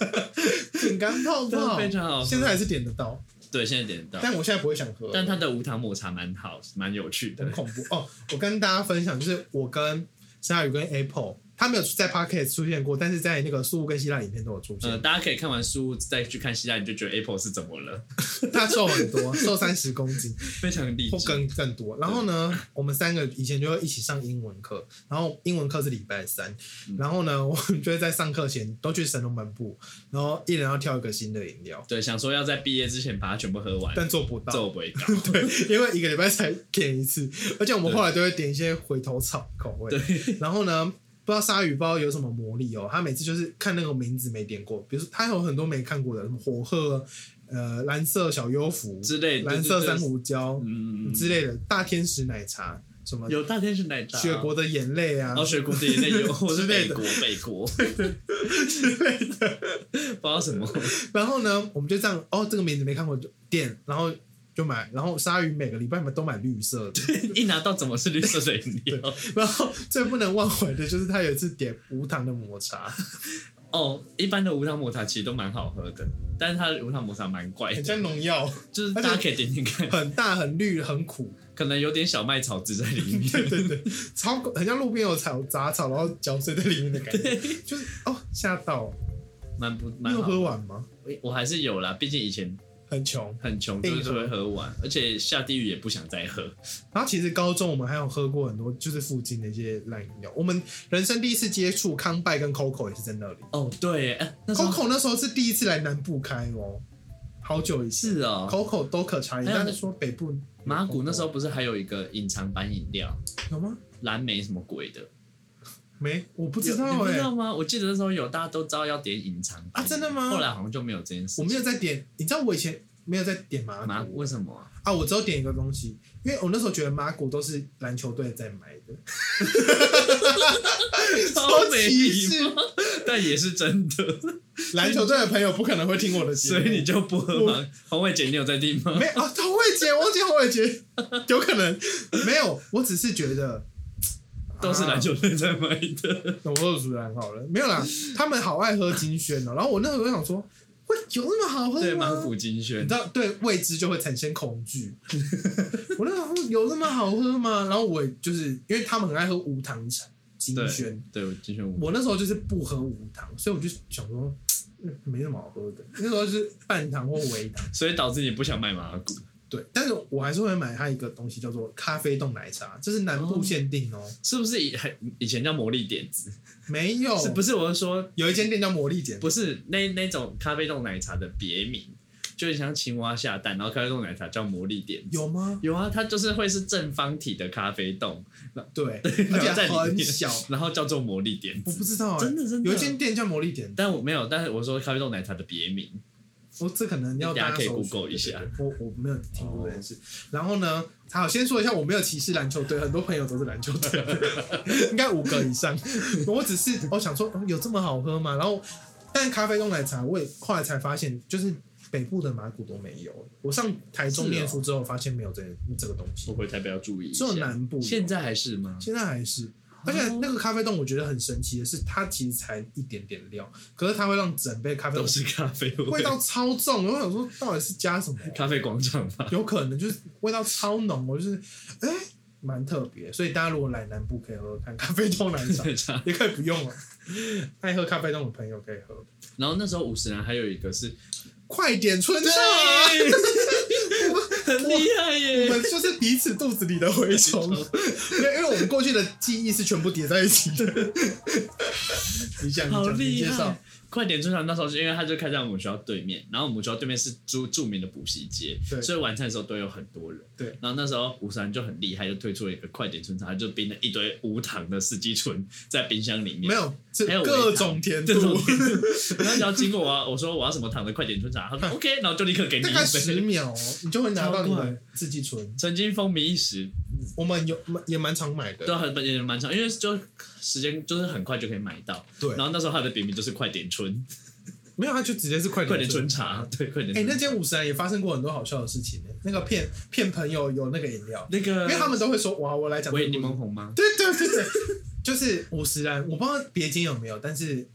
[SPEAKER 1] 饼干泡
[SPEAKER 2] 真的
[SPEAKER 1] 泡
[SPEAKER 2] 非常好喝。
[SPEAKER 1] 现在还是点得到，
[SPEAKER 2] 对，现在点得到，
[SPEAKER 1] 但我现在不会想喝，
[SPEAKER 2] 但它的无糖抹茶蛮好，蛮有趣
[SPEAKER 1] 很
[SPEAKER 2] 的。
[SPEAKER 1] 恐怖哦。我跟大家分享，就是我跟鲨鱼跟 Apple，他没有在 Pocket 出现过，但是在那个苏物跟希腊影片都有出
[SPEAKER 2] 呃，
[SPEAKER 1] 现。
[SPEAKER 2] 大家可以看完书再去看希腊，你就觉得 Apple 是怎么了，
[SPEAKER 1] 他瘦很多，瘦三十公斤，
[SPEAKER 2] 非常励
[SPEAKER 1] 或
[SPEAKER 2] 志。
[SPEAKER 1] 更更多。然后呢，我们三个以前就会一起上英文课，然后英文课是礼拜三，
[SPEAKER 2] 嗯
[SPEAKER 1] 然后呢， 我们就会在上课前都去神农门部，然后一人要挑一个新的饮料，
[SPEAKER 2] 对，想说要在毕业之前把它全部喝完，
[SPEAKER 1] 但做不
[SPEAKER 2] 这
[SPEAKER 1] 到，
[SPEAKER 2] 我不 会搞。
[SPEAKER 1] 对，因为一个礼拜才点一次，而且我们后来都会点一些回头草口味。
[SPEAKER 2] 对，
[SPEAKER 1] 然后呢，不知道鲨鱼包有什么魔力哦，他每次就是看那个名字没点过，比如说他有很多没看过的，什么火鹤，呃，蓝色小幽浮，
[SPEAKER 2] 之类的
[SPEAKER 1] 蓝
[SPEAKER 2] 对
[SPEAKER 1] 色
[SPEAKER 2] 对
[SPEAKER 1] 珊瑚礁
[SPEAKER 2] 嗯，
[SPEAKER 1] 之类的，大天使奶茶什么。
[SPEAKER 2] 有大天使奶茶，啊
[SPEAKER 1] 雪国的眼泪啊，
[SPEAKER 2] 哦，雪国的眼泪有，我是
[SPEAKER 1] 之类
[SPEAKER 2] 北
[SPEAKER 1] 的
[SPEAKER 2] 国，北 国之类的，不知道什么。
[SPEAKER 1] 然后呢，我们就这样，哦，这个名字没看过就点，然后就买，然后鲨鱼每个礼拜买都买绿色 的，
[SPEAKER 2] 一拿到怎么是绿色的饮料？
[SPEAKER 1] 然后最不能忘怀的就是他有一次点无糖的抹茶，
[SPEAKER 2] 哦，一般的无糖抹茶其实都蛮好喝的，但是它的无糖抹茶蛮怪
[SPEAKER 1] 很
[SPEAKER 2] 的，
[SPEAKER 1] 像农药，
[SPEAKER 2] 就是
[SPEAKER 1] 而且
[SPEAKER 2] 大家可以点点看，
[SPEAKER 1] 很大很绿很苦，
[SPEAKER 2] 可能有点小麦草汁在里面。
[SPEAKER 1] 对对对，超很像路边有草杂草，然后嚼碎在里面的感觉，就是哦吓到，
[SPEAKER 2] 蛮不
[SPEAKER 1] 你
[SPEAKER 2] 蛮
[SPEAKER 1] 有
[SPEAKER 2] 好
[SPEAKER 1] 喝完吗？
[SPEAKER 2] 我我还是有啦，毕竟以前
[SPEAKER 1] 很穷。
[SPEAKER 2] 很穷，
[SPEAKER 1] 硬
[SPEAKER 2] 就
[SPEAKER 1] 喝
[SPEAKER 2] 是会喝完，而且下地狱也不想再喝。
[SPEAKER 1] 然后其实高中我们还有喝过很多，就是附近的一些烂饮料。我们人生第一次接触康拜跟 Coco 也是在那里。
[SPEAKER 2] 哦，对耶，哎，那时候
[SPEAKER 1] Coco 那时候是第一次来南部开哦，好久以前。
[SPEAKER 2] 是哦，
[SPEAKER 1] Coco 都可差异，
[SPEAKER 2] 还有
[SPEAKER 1] 但是说北部
[SPEAKER 2] 马古那时候不是还有一个隐藏版饮料？
[SPEAKER 1] 有吗？
[SPEAKER 2] 蓝莓什么鬼的，
[SPEAKER 1] 没，我不
[SPEAKER 2] 不
[SPEAKER 1] 知道
[SPEAKER 2] 不
[SPEAKER 1] 哎、
[SPEAKER 2] 知道吗？我记得那时候有，大家都知道要点隐藏版
[SPEAKER 1] 啊真的吗
[SPEAKER 2] 后来好像就没有这件事
[SPEAKER 1] 我
[SPEAKER 2] 情。
[SPEAKER 1] 没有在点，你知道我以前没有在点麻
[SPEAKER 2] 麻
[SPEAKER 1] 果
[SPEAKER 2] 为什么啊、
[SPEAKER 1] 啊，我只有点一个东西，因为我那时候觉得麻果都是篮球队在买的，
[SPEAKER 2] 超没
[SPEAKER 1] 歧
[SPEAKER 2] 礼
[SPEAKER 1] 视
[SPEAKER 2] 貌，但也是真 的，
[SPEAKER 1] 篮球队的朋友不可能会听我的节目，
[SPEAKER 2] 所以你就不喝
[SPEAKER 1] 我
[SPEAKER 2] 吗？红伟姐，你有在听吗？
[SPEAKER 1] 没有啊，童慧姐，忘记童慧姐，有可能没有，我只是觉得啊
[SPEAKER 2] 都是篮、球队在买的，
[SPEAKER 1] 啊我二主篮好了，没有啦，他们好爱喝金萱哦、然后我那时候想说，会有那么好喝
[SPEAKER 2] 对，
[SPEAKER 1] 吗
[SPEAKER 2] 满？腹金
[SPEAKER 1] 你
[SPEAKER 2] 萱
[SPEAKER 1] 知。道对未知就会产生恐惧。 我那时候有那么好喝吗？然后我就是因为他们很爱喝无糖茶金
[SPEAKER 2] 对
[SPEAKER 1] 萱，
[SPEAKER 2] 对，我金萱五，
[SPEAKER 1] 我那时候就是不喝无糖，所以我就想说。嗯没什么好喝的，那时候是半糖或微糖，
[SPEAKER 2] 所以导致你不想买麻古。
[SPEAKER 1] 对。但是我还是会买它一个东西叫做咖啡冻奶茶，这是南部
[SPEAKER 2] 哦
[SPEAKER 1] 限定哦、
[SPEAKER 2] 是不是以还以前叫魔力点子？
[SPEAKER 1] 没有，
[SPEAKER 2] 是不是？我是说，
[SPEAKER 1] 有一间店叫魔力姐，
[SPEAKER 2] 不是那那种咖啡冻奶茶的别名，就很像青蛙下蛋，然后咖啡冻奶茶叫魔力点子。
[SPEAKER 1] 有吗？
[SPEAKER 2] 有啊，它就是会是正方体的咖啡冻，
[SPEAKER 1] 对，而且
[SPEAKER 2] 然后在里
[SPEAKER 1] 很
[SPEAKER 2] 面
[SPEAKER 1] 小，
[SPEAKER 2] 然后叫做魔力点
[SPEAKER 1] 我
[SPEAKER 2] 子。
[SPEAKER 1] 不知道、欸，
[SPEAKER 2] 真的真的
[SPEAKER 1] 有一间店叫魔力点，
[SPEAKER 2] 但我没有，但是我说咖啡豆奶茶的别名，
[SPEAKER 1] 我这可能要
[SPEAKER 2] 大家可以
[SPEAKER 1] 搜寻
[SPEAKER 2] Google 一下
[SPEAKER 1] 对
[SPEAKER 2] 哦
[SPEAKER 1] 对对我我没有听过这件事。然后呢，好，先说一下，我没有歧视篮球队，很多朋友都是篮球队， 应该五个以上。我只是我想说，嗯有这么好喝吗？然后，但咖啡冻奶茶，我也后来才发现，就是。北部的麻古都没有，我上台中
[SPEAKER 2] 是哦
[SPEAKER 1] 念书之后发现没有这这个东西
[SPEAKER 2] 我，回台北要注意一
[SPEAKER 1] 只
[SPEAKER 2] 下
[SPEAKER 1] 有。南部有。
[SPEAKER 2] 现在还是吗？
[SPEAKER 1] 现在还是，而且那个咖啡冻我觉得很神奇的是，它其实才一点点料，可是它会让整杯咖啡
[SPEAKER 2] 都
[SPEAKER 1] 冻
[SPEAKER 2] 是咖啡
[SPEAKER 1] 味
[SPEAKER 2] 味，
[SPEAKER 1] 道超重。我想说，到底是加什么？啊
[SPEAKER 2] 咖啡广场吧。，
[SPEAKER 1] 有可能就是味道超浓，我就是哎，蛮、特别。所以大家如果来南部可以喝喝看咖啡冻奶茶
[SPEAKER 2] 茶
[SPEAKER 1] 也可以不用了。爱喝咖啡冻的朋友可以喝。
[SPEAKER 2] 然后那时候五十人还有一个是，
[SPEAKER 1] 快点春夏，
[SPEAKER 2] 很厉害
[SPEAKER 1] 我
[SPEAKER 2] 耶！
[SPEAKER 1] 们就是彼此肚子里的蛔虫，对，因为我们过去的记忆是全部叠在一起的。 你讲，你
[SPEAKER 2] 好
[SPEAKER 1] 讲，你
[SPEAKER 2] 厉
[SPEAKER 1] 介绍
[SPEAKER 2] 害。！快点出场，那时候是因为他就开在我们学校对面，然后我们学校对面是著著名的补习街
[SPEAKER 1] 对，
[SPEAKER 2] 所以晚餐的时候都有很多人。
[SPEAKER 1] 对
[SPEAKER 2] 然后那时候五十人就很厉害，就推出了一个快点春茶，他就冰了一堆无糖的四季春在冰箱里面，
[SPEAKER 1] 没有，是
[SPEAKER 2] 还有
[SPEAKER 1] 各
[SPEAKER 2] 微糖
[SPEAKER 1] 种甜
[SPEAKER 2] 这种
[SPEAKER 1] 度，，
[SPEAKER 2] 然后只要经过我要，我说我要什么糖的快点春茶，他说 OK，然后就立刻给你
[SPEAKER 1] 大
[SPEAKER 2] 一
[SPEAKER 1] 概十
[SPEAKER 2] 杯。
[SPEAKER 1] 秒哦，你就会拿到你
[SPEAKER 2] 超
[SPEAKER 1] 的自己存。
[SPEAKER 2] 曾经风靡一时，
[SPEAKER 1] 我们有也蛮常买的，
[SPEAKER 2] 都很也蛮长，因为就时间就是很快就可以买到。
[SPEAKER 1] 对
[SPEAKER 2] 然后那时候它的别名就是快点春，
[SPEAKER 1] 没有，它就直接是快
[SPEAKER 2] 快点
[SPEAKER 1] 存
[SPEAKER 2] 春。茶，对，快点
[SPEAKER 1] 哎，
[SPEAKER 2] 春。
[SPEAKER 1] 那间五十兰也发生过很多好笑的事情呢。那个骗骗朋友有那个饮料，
[SPEAKER 2] 那个，
[SPEAKER 1] 因为他们都会说嗯哇，我来讲这个
[SPEAKER 2] 喂呃柠
[SPEAKER 1] 故事
[SPEAKER 2] 檬红吗？
[SPEAKER 1] 对对对 对，就是五十兰，我不知道别间有没有，但是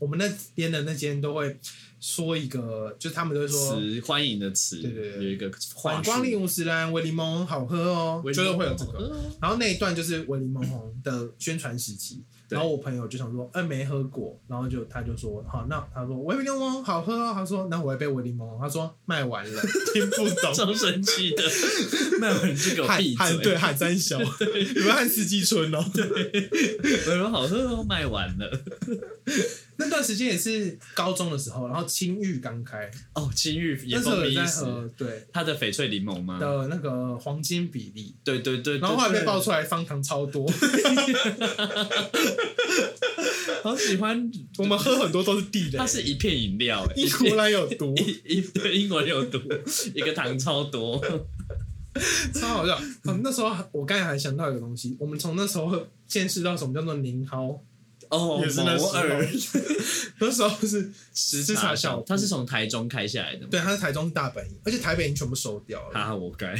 [SPEAKER 1] 我们那边的那间都会说一个，就是他们都会说
[SPEAKER 2] 词欢迎的词，
[SPEAKER 1] 对对对
[SPEAKER 2] 有一个
[SPEAKER 1] 欢
[SPEAKER 2] 话
[SPEAKER 1] 迎
[SPEAKER 2] 术
[SPEAKER 1] 光临五十兰，维柠檬好喝哦，
[SPEAKER 2] 喂
[SPEAKER 1] 就
[SPEAKER 2] 柠檬
[SPEAKER 1] 是
[SPEAKER 2] 红
[SPEAKER 1] 会有这个。
[SPEAKER 2] 嗯
[SPEAKER 1] 然后那一段就是维柠檬红的宣传时期，
[SPEAKER 2] 对
[SPEAKER 1] 然后我朋友就想说，哎、没喝过，然后就他就说，好，那他说维柠檬好喝哦，他说那我一杯维柠檬红，他说卖完 了，听不懂，
[SPEAKER 2] 超生 气的。那我们这个
[SPEAKER 1] 喊
[SPEAKER 2] 闭
[SPEAKER 1] 喊对
[SPEAKER 2] 嘴，
[SPEAKER 1] 喊三小，你们喊四季春哦，
[SPEAKER 2] 我们好喝哦，卖完了。
[SPEAKER 1] 那段时间也是高中的时候，然后青玉刚开，
[SPEAKER 2] 哦，青玉也
[SPEAKER 1] 那时
[SPEAKER 2] 风
[SPEAKER 1] 候
[SPEAKER 2] 靡
[SPEAKER 1] 有
[SPEAKER 2] 一
[SPEAKER 1] 在
[SPEAKER 2] 时，
[SPEAKER 1] 喝对
[SPEAKER 2] 它的翡翠柠檬吗？
[SPEAKER 1] 的那个黄金比例，
[SPEAKER 2] 对对对，
[SPEAKER 1] 然后后来
[SPEAKER 2] 对
[SPEAKER 1] 被爆，出来方糖超 多，
[SPEAKER 2] 对好喜欢。
[SPEAKER 1] 我们喝很多都是地雷
[SPEAKER 2] 它，是一片饮料，哎，
[SPEAKER 1] 英国兰有毒，
[SPEAKER 2] 一对英国有毒，一个糖超多，
[SPEAKER 1] 超好笑。嗯，那时候我刚才还想到一个东西，我们从那时候见识到什么叫做宁蒿，
[SPEAKER 2] 哦，
[SPEAKER 1] 也是那时候
[SPEAKER 2] 摩尔
[SPEAKER 1] 那时候是
[SPEAKER 2] 吃
[SPEAKER 1] 吃茶小
[SPEAKER 2] 它是从台中开下来的吗？
[SPEAKER 1] 对，它是台中是大本营，而且台北已经全部收掉
[SPEAKER 2] 哈
[SPEAKER 1] 了。
[SPEAKER 2] 哈，我该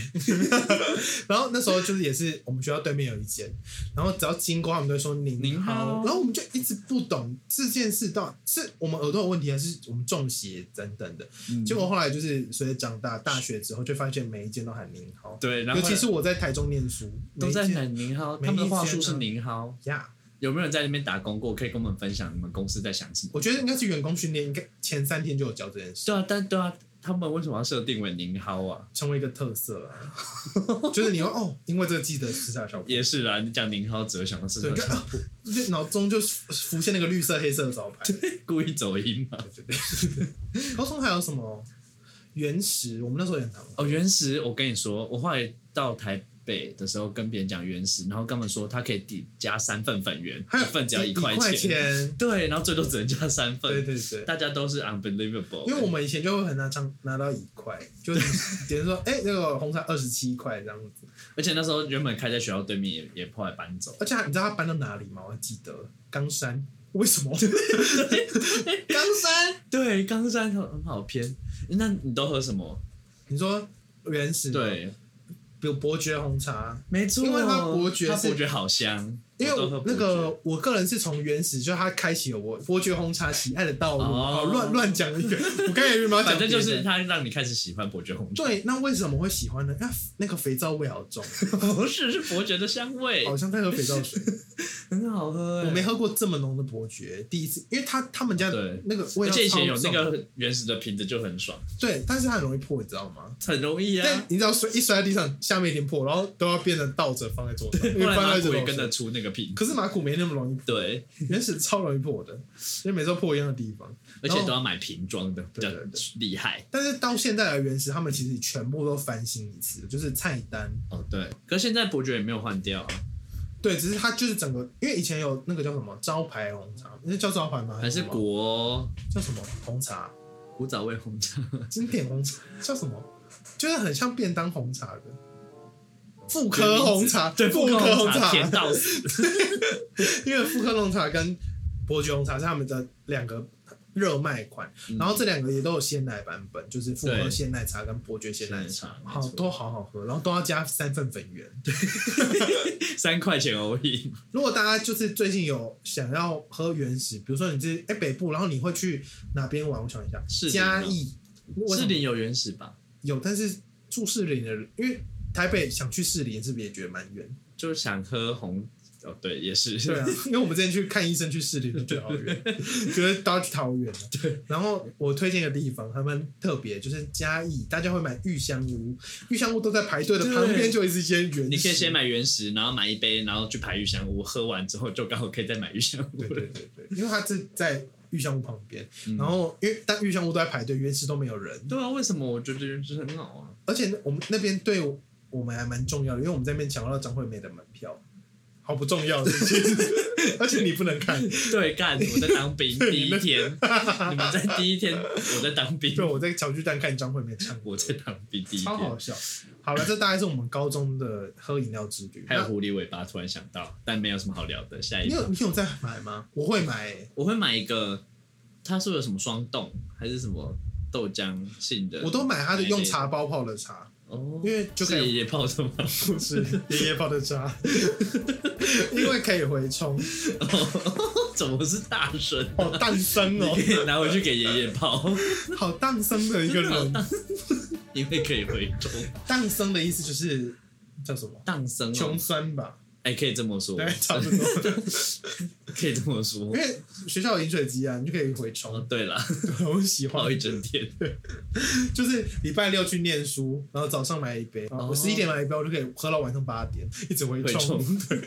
[SPEAKER 1] 然后那时候就是也是我们学校对面有一间，然后只要经过他们都会说宁
[SPEAKER 2] 宁
[SPEAKER 1] 蒿
[SPEAKER 2] 蒿，
[SPEAKER 1] 然后我们就一直不懂这件事到底是我们耳朵有问题，还是我们中邪等等
[SPEAKER 2] 嗯
[SPEAKER 1] 的。结果后来就是随着长大，大学之后就发现每一间都喊宁蒿，
[SPEAKER 2] 对，然后
[SPEAKER 1] 尤其是我在台中念书，
[SPEAKER 2] 都在
[SPEAKER 1] 每一间
[SPEAKER 2] 喊宁蒿，
[SPEAKER 1] 每一
[SPEAKER 2] 他们的话术
[SPEAKER 1] 间
[SPEAKER 2] 是
[SPEAKER 1] 啊
[SPEAKER 2] 宁蒿。
[SPEAKER 1] 呀。
[SPEAKER 2] 有没有人在那边打工过？可以跟我们分享你们公司在想什么？
[SPEAKER 1] 我觉得应该是员工训练，应该前三天就有教这件事，
[SPEAKER 2] 对啊，但对啊，他们为什么要设定为宁蒿啊？
[SPEAKER 1] 成为一个特色 啊。就是你会哦，因为这个记得吃下效果，
[SPEAKER 2] 也是啦，你讲宁蒿只会想到是
[SPEAKER 1] 对，就啊就脑中就浮现那个绿色黑色的 招牌。对
[SPEAKER 2] 故意走音 嘛。
[SPEAKER 1] 对对。高中还有什么原石？我们那时候也很常玩
[SPEAKER 2] 哦，原石，我跟你说，我后来到台辈的时候跟别人讲原始，然后跟他们说他可以抵加三份粉圆，
[SPEAKER 1] 还
[SPEAKER 2] 一
[SPEAKER 1] 有
[SPEAKER 2] 份只要
[SPEAKER 1] 一
[SPEAKER 2] 块
[SPEAKER 1] 块钱，
[SPEAKER 2] 对，然后最多只能加三份，
[SPEAKER 1] 对对对。
[SPEAKER 2] 大家都是 unbelievable，欸
[SPEAKER 1] 因为我们以前就会很拿张拿到一 块，就是别人说，哎、那个红茶二十七块这样子。
[SPEAKER 2] 而且那时候原本开在学校对面也也后来搬走，
[SPEAKER 1] 而且他你知道他搬到哪里吗？我还记得冈 山，为什么？冈山？
[SPEAKER 2] 对，冈山很好偏，那你都喝什么？
[SPEAKER 1] 你说原始？，
[SPEAKER 2] 对，
[SPEAKER 1] 比如伯爵红茶，
[SPEAKER 2] 没错，
[SPEAKER 1] 因为它伯爵
[SPEAKER 2] 它
[SPEAKER 1] 是
[SPEAKER 2] 伯爵好香，
[SPEAKER 1] 因为
[SPEAKER 2] 我都喝
[SPEAKER 1] 我
[SPEAKER 2] 伯
[SPEAKER 1] 那
[SPEAKER 2] 爵
[SPEAKER 1] 个我个人是从原始，就是他开启了我伯爵红茶喜爱的道路。
[SPEAKER 2] 哦
[SPEAKER 1] 好乱乱讲一个，我刚才有没有讲别的？
[SPEAKER 2] 反正就是它让你开始喜欢伯爵红酒，
[SPEAKER 1] 对。那为什么会喜欢呢？那那个肥皂味好重，
[SPEAKER 2] 不是是伯爵的香味，
[SPEAKER 1] 好像在喝肥皂 水。
[SPEAKER 2] 很好喝、
[SPEAKER 1] 哦
[SPEAKER 2] 欸
[SPEAKER 1] 我没，喝过这么浓的伯爵，第一次，因为他他们家
[SPEAKER 2] 对
[SPEAKER 1] 那个味
[SPEAKER 2] 而
[SPEAKER 1] 道
[SPEAKER 2] 且以前
[SPEAKER 1] 超
[SPEAKER 2] 有那
[SPEAKER 1] 重
[SPEAKER 2] 个原始的瓶子就很爽，
[SPEAKER 1] 对，但是它很容易破，你知道吗？
[SPEAKER 2] 很容易
[SPEAKER 1] 但
[SPEAKER 2] 啊。
[SPEAKER 1] 你只要摔一摔在地上，下面一点破，然后都要变成倒着放在桌上，因
[SPEAKER 2] 不
[SPEAKER 1] 为
[SPEAKER 2] 然
[SPEAKER 1] 放
[SPEAKER 2] 马
[SPEAKER 1] 在桌
[SPEAKER 2] 古也跟
[SPEAKER 1] 上
[SPEAKER 2] 着。出那个瓶，
[SPEAKER 1] 可是马古没那么容易，
[SPEAKER 2] 对，
[SPEAKER 1] 原始超容易破的，因为每次都破一样的地方。
[SPEAKER 2] 而
[SPEAKER 1] 然后
[SPEAKER 2] 且都要买瓶装的，比较
[SPEAKER 1] 对对对
[SPEAKER 2] 厉害。
[SPEAKER 1] 但是到现在的原始，他们其实全部都翻新一次，就是菜单。
[SPEAKER 2] 哦，对，可是现在伯爵也没有换掉、啊，
[SPEAKER 1] 对，只是它就是整个，因为以前有那个叫什么招牌红茶，那叫招牌吗？
[SPEAKER 2] 还是
[SPEAKER 1] 什么
[SPEAKER 2] 国
[SPEAKER 1] 叫什么红茶？
[SPEAKER 2] 古早味红茶，
[SPEAKER 1] 经典红茶叫什么？就是很像便当红茶的妇科红茶，
[SPEAKER 2] 对，
[SPEAKER 1] 妇
[SPEAKER 2] 复刻
[SPEAKER 1] 科
[SPEAKER 2] 红
[SPEAKER 1] 红茶，
[SPEAKER 2] 甜到死。
[SPEAKER 1] 因为妇科红茶跟伯爵红茶是他们的两个热卖款，
[SPEAKER 2] 嗯
[SPEAKER 1] 然后这两个也都有鲜奶版本，就是妇科
[SPEAKER 2] 对
[SPEAKER 1] 鲜奶茶跟伯爵鲜奶茶，
[SPEAKER 2] 鲜奶茶
[SPEAKER 1] 好
[SPEAKER 2] 啊没错
[SPEAKER 1] 都好好喝，然后都要加三份粉圆。
[SPEAKER 2] 三块钱而 已。
[SPEAKER 1] 如果大家就是最近有想要喝原始，比如说你是哎、北部，然后你会去哪边玩？我想一下，
[SPEAKER 2] 士林
[SPEAKER 1] 嘉
[SPEAKER 2] 吗
[SPEAKER 1] 义，我
[SPEAKER 2] 士林有原始吧？
[SPEAKER 1] 有，但是住士林的人，因为台北想去士林是不是也觉得蛮远？
[SPEAKER 2] 就是想喝红，哦，对，也是，
[SPEAKER 1] 对啊， 因为我们之前去看医生去士林就觉得好 远，觉得都要去桃园了。对，然后我推荐一个地方，他们特别就是嘉义，大家会买玉香屋，玉香屋都在排队的
[SPEAKER 2] 对
[SPEAKER 1] 旁边就有一直间原始
[SPEAKER 2] 你可以先。买原石，然后买一杯，然后去排玉香屋，喝完之后就刚好可以再买玉香屋
[SPEAKER 1] 对
[SPEAKER 2] 了
[SPEAKER 1] 对。对对，因为它是在玉香屋旁边，
[SPEAKER 2] 嗯
[SPEAKER 1] 然后因为但玉香屋都在排队，原始都没有人，
[SPEAKER 2] 对啊，为什么我觉得原石很好啊？
[SPEAKER 1] 而且我们那边对我们还蛮重要的，因为我们在那边抢到张惠妹的门票，好不重要的事情， 而且你不能看。
[SPEAKER 2] 对，干，我在当 兵
[SPEAKER 1] 对
[SPEAKER 2] 第一天，你们在第一天，我在当兵
[SPEAKER 1] 对，，我在小巨蛋看张惠妹唱歌，
[SPEAKER 2] 我在当兵第一
[SPEAKER 1] 超好
[SPEAKER 2] 天。
[SPEAKER 1] 笑。好了，这大概是我们高中的喝饮料之旅。
[SPEAKER 2] 还有狐狸尾巴，突然想到，但没有什么好聊的。下
[SPEAKER 1] 那
[SPEAKER 2] 一
[SPEAKER 1] 你
[SPEAKER 2] 个，
[SPEAKER 1] 有你有在买吗？我会买、欸，
[SPEAKER 2] 我会买一个，它是不是有什么双冻还是什么豆浆性的？
[SPEAKER 1] 我都买它的用茶包泡的茶，
[SPEAKER 2] 哦，
[SPEAKER 1] 因为就可
[SPEAKER 2] 是
[SPEAKER 1] 以
[SPEAKER 2] 爷爷泡的吗？
[SPEAKER 1] 不是爷爷泡的茶， 因为可以回冲。
[SPEAKER 2] 怎么是大神？
[SPEAKER 1] 好诞生
[SPEAKER 2] 你
[SPEAKER 1] 哦，
[SPEAKER 2] 可以拿回去给爷爷泡，
[SPEAKER 1] 好诞生的一个人。
[SPEAKER 2] 因为可以回中
[SPEAKER 1] 诞生的意思就是叫什么？
[SPEAKER 2] 荡生哦
[SPEAKER 1] 穷，酸吧，
[SPEAKER 2] 哎，可以这么说，
[SPEAKER 1] 对，差不 多。
[SPEAKER 2] 可以这么说
[SPEAKER 1] 因。为学校有饮水机啊，你就可以回
[SPEAKER 2] 哦
[SPEAKER 1] 冲，，
[SPEAKER 2] 对 了，
[SPEAKER 1] 我喜
[SPEAKER 2] 泡
[SPEAKER 1] 欢
[SPEAKER 2] 一。整天，
[SPEAKER 1] 就是礼拜六去念书，然后早上买一杯，
[SPEAKER 2] 哦
[SPEAKER 1] 我十一点买一杯，我就可以喝到晚上八点，一直回
[SPEAKER 2] 回
[SPEAKER 1] 冲
[SPEAKER 2] 冲。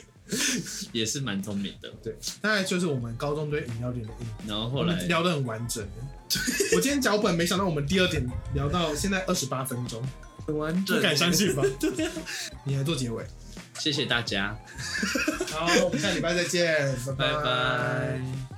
[SPEAKER 2] 也是蛮聪明的。
[SPEAKER 1] 对，大概就是我们高中对饮料店的印象。
[SPEAKER 2] 然后
[SPEAKER 1] 我
[SPEAKER 2] 后
[SPEAKER 1] 们
[SPEAKER 2] 来，
[SPEAKER 1] 聊得很完整。 我今天脚本没想到我们第二点聊到现在二十八分钟，
[SPEAKER 2] 很完整，
[SPEAKER 1] 不敢相。 信吧？对呀，你来做结尾。
[SPEAKER 2] 谢谢大家，
[SPEAKER 1] 好，我们下礼拜再见，拜
[SPEAKER 2] 拜拜。